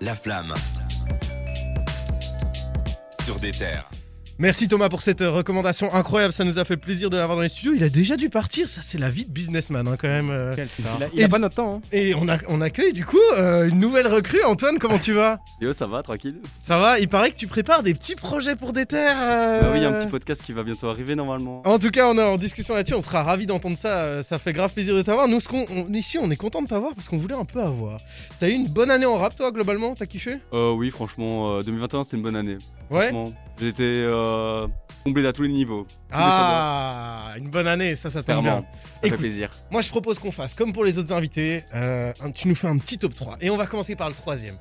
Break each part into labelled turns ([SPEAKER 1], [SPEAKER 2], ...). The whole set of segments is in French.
[SPEAKER 1] La Flamme. Sur des terres.
[SPEAKER 2] Merci Thomas pour cette euh, recommandation incroyable, ça nous a fait plaisir de l'avoir dans les studios. Il a déjà dû partir, ça c'est la vie de businessman hein, quand même. euh.
[SPEAKER 3] Quel star.
[SPEAKER 2] Il a- il a pas hein.
[SPEAKER 3] notre temps.
[SPEAKER 2] Et on, a- on accueille du coup euh, une nouvelle recrue. Antoine, comment tu vas
[SPEAKER 4] Yo, ça va, tranquille
[SPEAKER 2] Ça va Il paraît que tu prépares des petits projets pour des terres. euh.
[SPEAKER 4] Bah oui, il y a un petit podcast qui va bientôt arriver normalement.
[SPEAKER 2] En tout cas, on est en discussion là-dessus, on sera ravis d'entendre ça, euh, ça fait grave plaisir de t'avoir. Nous, ce qu'on, on- ici, on est content de t'avoir parce qu'on voulait un peu avoir. T'as eu une bonne année en rap, toi, globalement T'as kiffé
[SPEAKER 4] Euh, oui, franchement, euh, 2021, c'était une bonne année.
[SPEAKER 2] Ouais
[SPEAKER 4] Franchement, J'étais euh, comblé à tous les niveaux.
[SPEAKER 2] Ah, une bonne année, ça, ça tombe bien.
[SPEAKER 4] Clairement. Ça fait
[SPEAKER 2] Écoute.
[SPEAKER 4] plaisir.
[SPEAKER 2] Moi, je propose qu'on fasse, comme pour les autres invités, euh, un- tu nous fais un petit top 3. Et on va commencer par le troisième.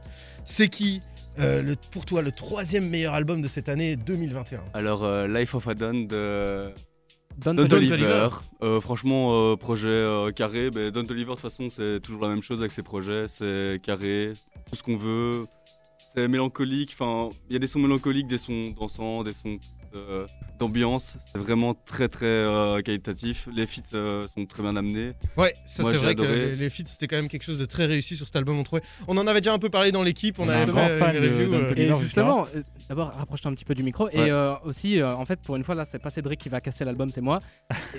[SPEAKER 2] C'est qui, euh, le, pour toi, le troisième meilleur album de cette année 2021
[SPEAKER 4] Alors, euh, Life of Adon de
[SPEAKER 3] Don
[SPEAKER 4] Don
[SPEAKER 2] Don
[SPEAKER 3] Toliver.
[SPEAKER 4] Toliver. Euh, franchement, euh, projet euh, carré. Ben, Don Toliver, de toute façon, c'est toujours la même chose avec ses projets. C'est carré, tout ce qu'on veut. C'est mélancolique. Enfin, il y a des sons mélancoliques, des sons dansants, des sons euh, d'ambiance. C'est vraiment très, très euh, qualitatif. Les feats euh, sont très bien amenés.
[SPEAKER 2] Ouais, ça
[SPEAKER 4] Moi,
[SPEAKER 2] c'est
[SPEAKER 4] j'ai
[SPEAKER 2] vrai que
[SPEAKER 4] adoré.
[SPEAKER 2] les, les feats c'était quand même quelque chose de très réussi sur cet album. On, trouvait. on en avait déjà un peu parlé dans l'équipe, on
[SPEAKER 3] On est
[SPEAKER 2] avait
[SPEAKER 3] un grand
[SPEAKER 2] fait
[SPEAKER 3] fan
[SPEAKER 2] une
[SPEAKER 3] de
[SPEAKER 2] review.
[SPEAKER 3] Don
[SPEAKER 2] euh,
[SPEAKER 3] Toliver.
[SPEAKER 2] et-
[SPEAKER 3] Et
[SPEAKER 5] Et justement,
[SPEAKER 3] justement,
[SPEAKER 5] euh, d'abord rapproche-toi un petit peu du micro.
[SPEAKER 4] Ouais.
[SPEAKER 5] Et euh, aussi, euh, en fait, pour une fois, là, c'est pas Cédric qui va casser l'album, c'est moi.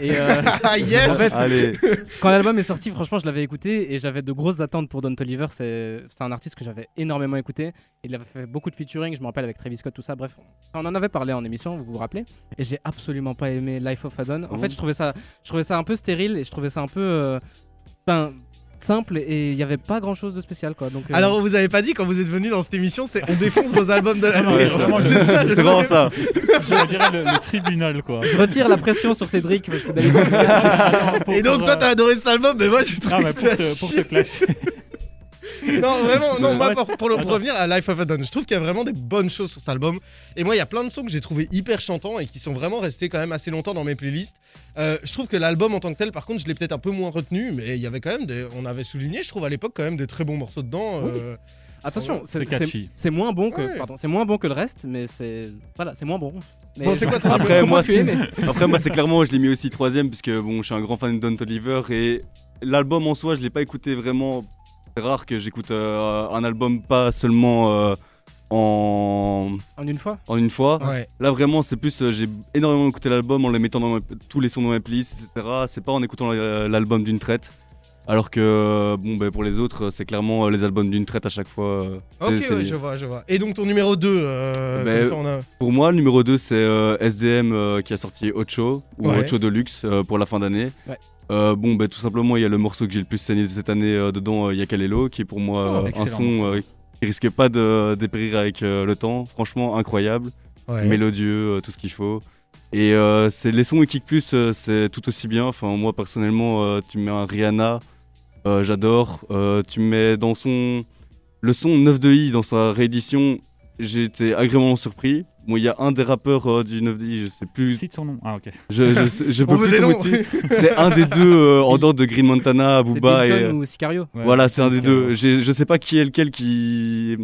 [SPEAKER 5] Et euh,
[SPEAKER 2] Ah yes
[SPEAKER 5] En fait,
[SPEAKER 4] Allez,
[SPEAKER 5] quand l'album est sorti, franchement, je l'avais écouté et j'avais de grosses attentes pour Don Toliver. C'est c'est un artiste que j'avais énormément écouté. Il avait fait beaucoup de featuring, je me rappelle, avec Travis Scott, tout ça. Bref, on en avait parlé en émission, vous vous rappelez. Et j'ai absolument pas aimé Life of Adon. En
[SPEAKER 4] Oh.
[SPEAKER 5] fait, je trouvais, ça, je trouvais ça un peu stérile et je trouvais ça un peu. euh, ben, simple et il y avait pas grand chose de spécial quoi donc euh,
[SPEAKER 2] Alors on vous avez pas dit quand vous êtes venu dans cette émission, c'est on défonce vos albums de l'année.
[SPEAKER 3] Ouais, c'est vraiment-
[SPEAKER 2] c'est ça, le-
[SPEAKER 4] c'est vraiment ça.
[SPEAKER 3] je dirais le, le tribunal quoi.
[SPEAKER 5] je retire la pression sur Cédric parce que d'habitude
[SPEAKER 2] Et donc toi t'as adoré cet album, mais moi j'ai
[SPEAKER 3] euh, Ah,
[SPEAKER 2] trouvé
[SPEAKER 3] mais
[SPEAKER 2] que
[SPEAKER 3] pour,
[SPEAKER 2] c'était à
[SPEAKER 3] te, pour te
[SPEAKER 2] chier.
[SPEAKER 3] clasher.
[SPEAKER 2] Non, vraiment, non, moi,
[SPEAKER 3] Ouais.
[SPEAKER 2] pour, pour le pour
[SPEAKER 3] Attends.
[SPEAKER 2] revenir à Life of a Don, je trouve qu'il y a vraiment des bonnes choses sur cet album. Et moi, il y a plein de sons que j'ai trouvé hyper chantants et qui sont vraiment restés quand même assez longtemps dans mes playlists. Euh, je trouve que l'album en tant que tel, par contre, je l'ai peut-être un peu moins retenu, mais il y avait quand même des. On avait souligné, je trouve, à l'époque, quand même des très bons morceaux dedans.
[SPEAKER 5] Oui.
[SPEAKER 2] euh,
[SPEAKER 5] Attention,
[SPEAKER 3] C'est
[SPEAKER 5] c'est
[SPEAKER 3] catchy.
[SPEAKER 5] c'est- c'est moins bon que
[SPEAKER 2] Ouais.
[SPEAKER 5] pardon, c'est moins bon que le reste, mais c'est voilà, c'est moins bon. Mais
[SPEAKER 2] Bon, c'est quoi ton
[SPEAKER 4] Après,
[SPEAKER 5] Comment
[SPEAKER 4] moi,
[SPEAKER 5] tu
[SPEAKER 4] c'est-
[SPEAKER 5] aimais
[SPEAKER 4] Après, moi, c'est clairement, je l'ai mis aussi troisième, puisque bon, je suis un grand fan de Don Toliver. Et l'album en soi, je l'ai pas écouté vraiment. C'est rare que j'écoute euh, un album pas seulement euh, en,
[SPEAKER 5] en une fois
[SPEAKER 4] en une fois.
[SPEAKER 2] Ouais.
[SPEAKER 4] Là, vraiment, c'est plus, euh, j'ai énormément écouté l'album en les mettant dans ma- tous les sons dans ma playlist, etc. C'est pas en écoutant euh, l'album d'une traite. Alors que, euh, bon, ben, pour les autres, c'est clairement euh, les albums d'une traite à chaque fois. euh,
[SPEAKER 2] Ok,
[SPEAKER 4] des
[SPEAKER 2] ouais,
[SPEAKER 4] essais.
[SPEAKER 2] je vois, je vois. Et donc ton numéro euh, 2,
[SPEAKER 4] Mais- Pour moi, le numéro 2, c'est euh, SDM euh, qui a sorti Ocho, ou
[SPEAKER 2] Ouais.
[SPEAKER 4] Ocho Deluxe, euh, pour la fin d'année.
[SPEAKER 5] Ouais.
[SPEAKER 4] Euh, bon, bah, tout simplement, il y a le morceau que j'ai le plus saigné cette année euh, dedans, euh, Yakalelo, qui est pour moi euh,
[SPEAKER 3] Oh, excellent
[SPEAKER 4] un son euh, qui risque pas de dépérir avec euh, le temps. Franchement, incroyable, mélodieux, euh, tout ce qu'il faut. Et euh, c'est les sons et Kick Plus, euh, c'est tout aussi bien. Enfin, moi, personnellement, euh, tu mets un Rihanna, euh, j'adore. Euh, tu mets dans son. Le son 9 de I dans sa réédition, j'ai été agréablement surpris. Bon, il y a un des rappeurs euh, du 9 de I, je sais plus.
[SPEAKER 3] Cite son nom. Ah ok.
[SPEAKER 4] Je, je, sais- je peux
[SPEAKER 2] veut
[SPEAKER 4] plus
[SPEAKER 2] des
[SPEAKER 4] tomber
[SPEAKER 2] noms.
[SPEAKER 4] dessus. C'est un des deux euh, en dehors de Green Montana,
[SPEAKER 5] C'est
[SPEAKER 4] Booba et. euh,
[SPEAKER 5] Benton ou Sicario
[SPEAKER 3] Ouais,
[SPEAKER 4] Voilà, c'est un des
[SPEAKER 3] ok,
[SPEAKER 4] deux.
[SPEAKER 3] ouais.
[SPEAKER 4] J'ai- Je sais pas qui est lequel qui.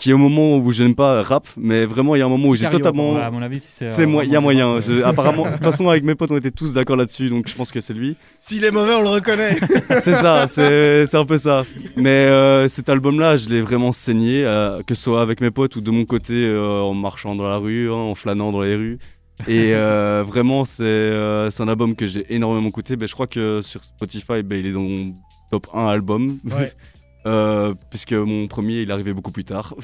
[SPEAKER 4] qui au moment où je n'aime pas rap, mais vraiment, il y a un moment où j'ai
[SPEAKER 5] Sicario,
[SPEAKER 4] totalement.
[SPEAKER 3] Ouais, à mon avis, si c'est.
[SPEAKER 4] C'est
[SPEAKER 3] euh,
[SPEAKER 4] moi, il y a
[SPEAKER 3] vraiment des
[SPEAKER 4] moyen.
[SPEAKER 3] rappeurs,
[SPEAKER 4] Je- apparemment, de toute façon, avec mes potes, on était tous d'accord là-dessus, donc je pense que c'est lui.
[SPEAKER 2] S'il est mauvais, on le reconnaît.
[SPEAKER 4] C'est ça, c'est c'est un peu ça. Mais euh, cet album-là, je l'ai vraiment saigné, euh, que ce soit avec mes potes ou de mon côté, euh, en marchant dans la rue, hein, en flânant dans les rues. Et euh, vraiment, c'est euh, c'est un album que j'ai énormément écouté. Ben, je crois que sur Spotify, ben, il est dans mon top 1 album,
[SPEAKER 2] Ouais.
[SPEAKER 4] Euh, puisque mon premier, il arrivait beaucoup plus tard.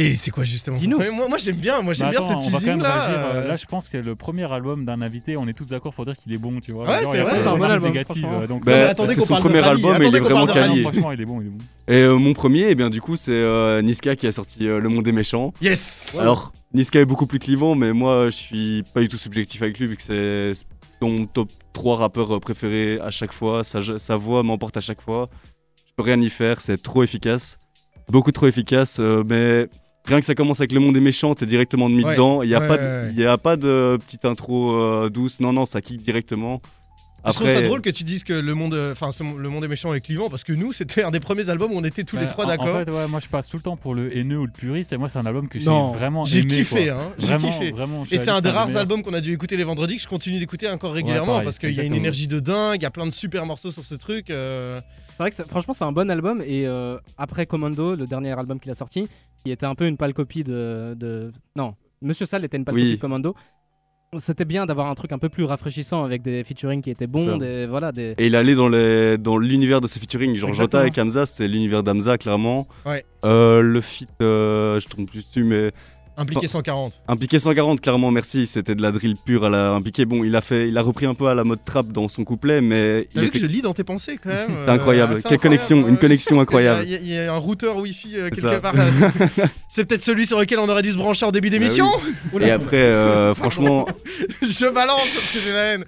[SPEAKER 2] Et c'est quoi justement
[SPEAKER 5] Dis-nous.
[SPEAKER 2] Mais Moi, moi j'aime bien, moi j'aime
[SPEAKER 3] Bah
[SPEAKER 2] bien
[SPEAKER 3] attends,
[SPEAKER 2] cette
[SPEAKER 3] on va quand même
[SPEAKER 2] teasing là.
[SPEAKER 3] réagir, euh, Là, je pense que le premier album d'un invité, on est tous d'accord pour dire qu'il est bon, tu vois.
[SPEAKER 2] Ouais,
[SPEAKER 3] Genre,
[SPEAKER 2] c'est
[SPEAKER 3] il y a
[SPEAKER 2] vrai,
[SPEAKER 3] pas
[SPEAKER 2] c'est
[SPEAKER 3] de
[SPEAKER 2] un
[SPEAKER 5] bon
[SPEAKER 3] critique
[SPEAKER 5] album,
[SPEAKER 3] négative,
[SPEAKER 5] franchement.
[SPEAKER 3] euh, donc,
[SPEAKER 2] mais
[SPEAKER 4] Ben,
[SPEAKER 3] ouais,
[SPEAKER 2] attendez
[SPEAKER 4] c'est
[SPEAKER 2] qu'on
[SPEAKER 4] son
[SPEAKER 2] parle de
[SPEAKER 4] premier
[SPEAKER 2] rallye,
[SPEAKER 4] album et
[SPEAKER 2] attendez
[SPEAKER 4] il est
[SPEAKER 2] qu'on parle
[SPEAKER 4] vraiment
[SPEAKER 2] de
[SPEAKER 3] non,
[SPEAKER 2] rallye.
[SPEAKER 4] quali.
[SPEAKER 3] franchement, il est bon, il est bon.
[SPEAKER 4] Et euh, mon premier, eh bien, du coup, c'est euh, Niska qui a sorti euh, Le Monde des Méchants.
[SPEAKER 2] Yes
[SPEAKER 4] Alors, Niska est beaucoup plus clivant, mais moi, je suis pas du tout subjectif avec lui, vu que c'est dans mon top 3 rappeurs euh, préférés à chaque fois. Sa, sa voix m'emporte à chaque fois. Je peux rien y faire, c'est trop efficace. Beaucoup trop efficace, euh, mais rien que ça commence avec Le Monde est méchant, t'es directement mis
[SPEAKER 2] Ouais,
[SPEAKER 4] dedans. Il n'y a,
[SPEAKER 2] ouais,
[SPEAKER 4] pas
[SPEAKER 2] ouais,
[SPEAKER 4] de-
[SPEAKER 2] ouais.
[SPEAKER 4] il y a pas de petite intro euh, douce, non, non, ça kick directement.
[SPEAKER 2] je trouve ça drôle que tu dises que le monde, euh, enfin, ce- le monde est méchant est clivant parce que nous, c'était un des premiers albums où on était tous les
[SPEAKER 3] Bah,
[SPEAKER 2] trois
[SPEAKER 3] en-
[SPEAKER 2] d'accord.
[SPEAKER 3] En fait, ouais, moi, je passe tout le temps pour le haineux ou le puriste, et moi, c'est un album que j'ai
[SPEAKER 5] Non,
[SPEAKER 3] vraiment
[SPEAKER 2] j'ai
[SPEAKER 3] aimé.
[SPEAKER 2] kiffé,
[SPEAKER 3] quoi.
[SPEAKER 2] hein, j'ai
[SPEAKER 3] Vraiment,
[SPEAKER 2] kiffé.
[SPEAKER 3] vraiment. je
[SPEAKER 2] Et
[SPEAKER 3] suis
[SPEAKER 2] c'est un
[SPEAKER 3] allé
[SPEAKER 2] des
[SPEAKER 3] faire
[SPEAKER 2] rares
[SPEAKER 3] meilleurs.
[SPEAKER 2] albums qu'on a dû écouter les vendredis que je continue d'écouter encore régulièrement
[SPEAKER 3] pareil,
[SPEAKER 2] parce qu'il y a une
[SPEAKER 3] exactement.
[SPEAKER 2] énergie de dingue, il y a plein de super morceaux sur ce truc. euh,
[SPEAKER 5] C'est vrai que c'est- franchement, c'est un bon album. Et euh, après Commando, le dernier album qu'il a sorti, qui était un peu une pâle copie de. de- Non, Monsieur Sal était une pâle
[SPEAKER 4] Oui.
[SPEAKER 5] copie de Commando. C'était bien d'avoir un truc un peu plus rafraîchissant avec des featuring qui étaient
[SPEAKER 4] Ça.
[SPEAKER 5] bons, des, voilà, des,
[SPEAKER 4] Et il allait dans les- dans l'univers de ses featuring. Genre Jota
[SPEAKER 5] Exactement.
[SPEAKER 4] avec Hamza, c'est l'univers d'Hamza, clairement.
[SPEAKER 2] Ouais.
[SPEAKER 4] Euh, le feat, euh, je trompe plus dessus, mais
[SPEAKER 2] Impliqué 140.
[SPEAKER 4] Impliqué 140, clairement, merci. C'était de la drill pure à la Impliqué. Bon, il a, fait, il a repris un peu à la mode trap dans son couplet, mais
[SPEAKER 2] T'as
[SPEAKER 4] il
[SPEAKER 2] vu que
[SPEAKER 4] était
[SPEAKER 2] je lis dans tes pensées quand même. euh,
[SPEAKER 4] C'est incroyable. Quelle connexion, une connexion incroyable.
[SPEAKER 2] Il y, a- il y a un routeur Wi-Fi euh,
[SPEAKER 4] C'est
[SPEAKER 2] quelque
[SPEAKER 4] ça. Bah
[SPEAKER 2] part. euh, c'est peut-être celui sur lequel on aurait dû se brancher en début d'émission.
[SPEAKER 4] Et après, euh, franchement,
[SPEAKER 2] je balance parce que j'ai la haine.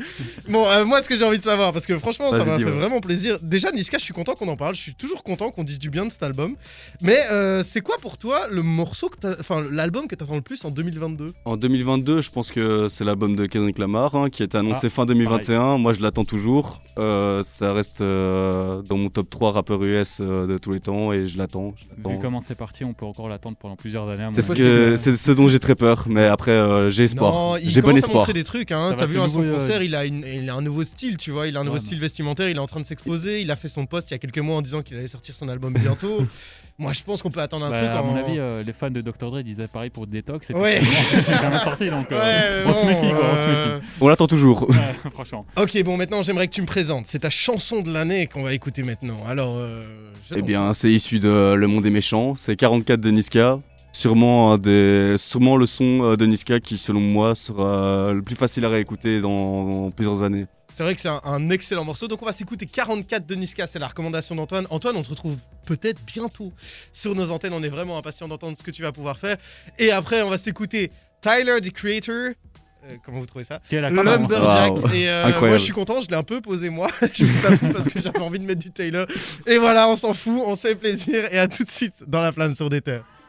[SPEAKER 2] Bon, euh, moi, ce que j'ai envie de savoir, parce que franchement, ça
[SPEAKER 4] Vas-y,
[SPEAKER 2] m'a fait
[SPEAKER 4] dis-moi.
[SPEAKER 2] vraiment plaisir. Déjà, Niska, je suis content qu'on en parle. Je suis toujours content qu'on dise du bien de cet album. Mais euh, c'est quoi pour toi le morceau que t'as- enfin l'album que t'attends le plus en 2022
[SPEAKER 4] en 2022, je pense que c'est l'album de Kendrick Lamar hein, qui était annoncé
[SPEAKER 2] Ah,
[SPEAKER 4] fin 2021. Moi, je l'attends toujours. Euh, ça reste euh, dans mon top 3 rappeurs US euh, de tous les temps et je l'attends. je l'attends.
[SPEAKER 3] Vu comment c'est parti, on peut encore l'attendre pendant plusieurs années. à mon
[SPEAKER 4] C'est ce,
[SPEAKER 3] avis.
[SPEAKER 4] que, c'est ce dont j'ai très peur, mais après, euh, j'ai espoir.
[SPEAKER 2] Non, il
[SPEAKER 4] J'ai bon
[SPEAKER 2] commence à
[SPEAKER 4] espoir.
[SPEAKER 2] montrer des trucs. Hein.
[SPEAKER 3] Ça
[SPEAKER 2] T'as
[SPEAKER 3] va
[SPEAKER 2] vu
[SPEAKER 3] faire
[SPEAKER 2] à son
[SPEAKER 3] nouveau, euh,
[SPEAKER 2] concert, il a, une- il a un nouveau style, tu vois. Il a un nouveau
[SPEAKER 3] Ouais,
[SPEAKER 2] style vestimentaire. Il est en train de s'exposer. Il a fait son post il y a quelques mois en disant qu'il allait sortir son album bientôt. Moi, je pense qu'on peut attendre un
[SPEAKER 3] Bah,
[SPEAKER 2] truc.
[SPEAKER 3] à mon
[SPEAKER 2] en-
[SPEAKER 3] avis, euh, les fans de Dr. Dre disaient pareil pour Detox. Et puis
[SPEAKER 2] Ouais.
[SPEAKER 3] finalement, c'est jamais sorti, donc
[SPEAKER 2] Ouais,
[SPEAKER 3] euh, on se
[SPEAKER 2] bon,
[SPEAKER 3] méfie, quoi, on se
[SPEAKER 2] euh,
[SPEAKER 3] méfie.
[SPEAKER 4] On l'attend toujours.
[SPEAKER 3] Ouais, franchement.
[SPEAKER 2] Ok, bon, maintenant j'aimerais que tu me présentes. C'est ta chanson de l'année qu'on va écouter maintenant. Alors, euh, je
[SPEAKER 4] Eh
[SPEAKER 2] t'en-
[SPEAKER 4] bien, c'est issu de euh, Le Monde des Méchants, c'est 44 de Niska. Sûrement, un des... Sûrement le son euh, de Niska qui, selon moi, sera euh, le plus facile à réécouter dans plusieurs années.
[SPEAKER 2] c'est vrai que c'est un, un excellent morceau. Donc, on va s'écouter 44 de Niska. C'est la recommandation d'Antoine. Antoine, on te retrouve peut-être bientôt sur nos antennes. On est vraiment impatient d'entendre ce que tu vas pouvoir faire. Et après, on va s'écouter Tyler the Creator. Euh, comment vous trouvez ça
[SPEAKER 3] Quel accent. hein.
[SPEAKER 2] Lumberjack.
[SPEAKER 4] Wow.
[SPEAKER 2] Et euh,
[SPEAKER 4] Incroyable.
[SPEAKER 2] moi, je suis content, je l'ai un peu posé moi. je vous avoue parce que j'avais envie de mettre du Taylor. Et voilà, on s'en fout, on se fait plaisir. Et à tout de suite dans la flamme sur des terres.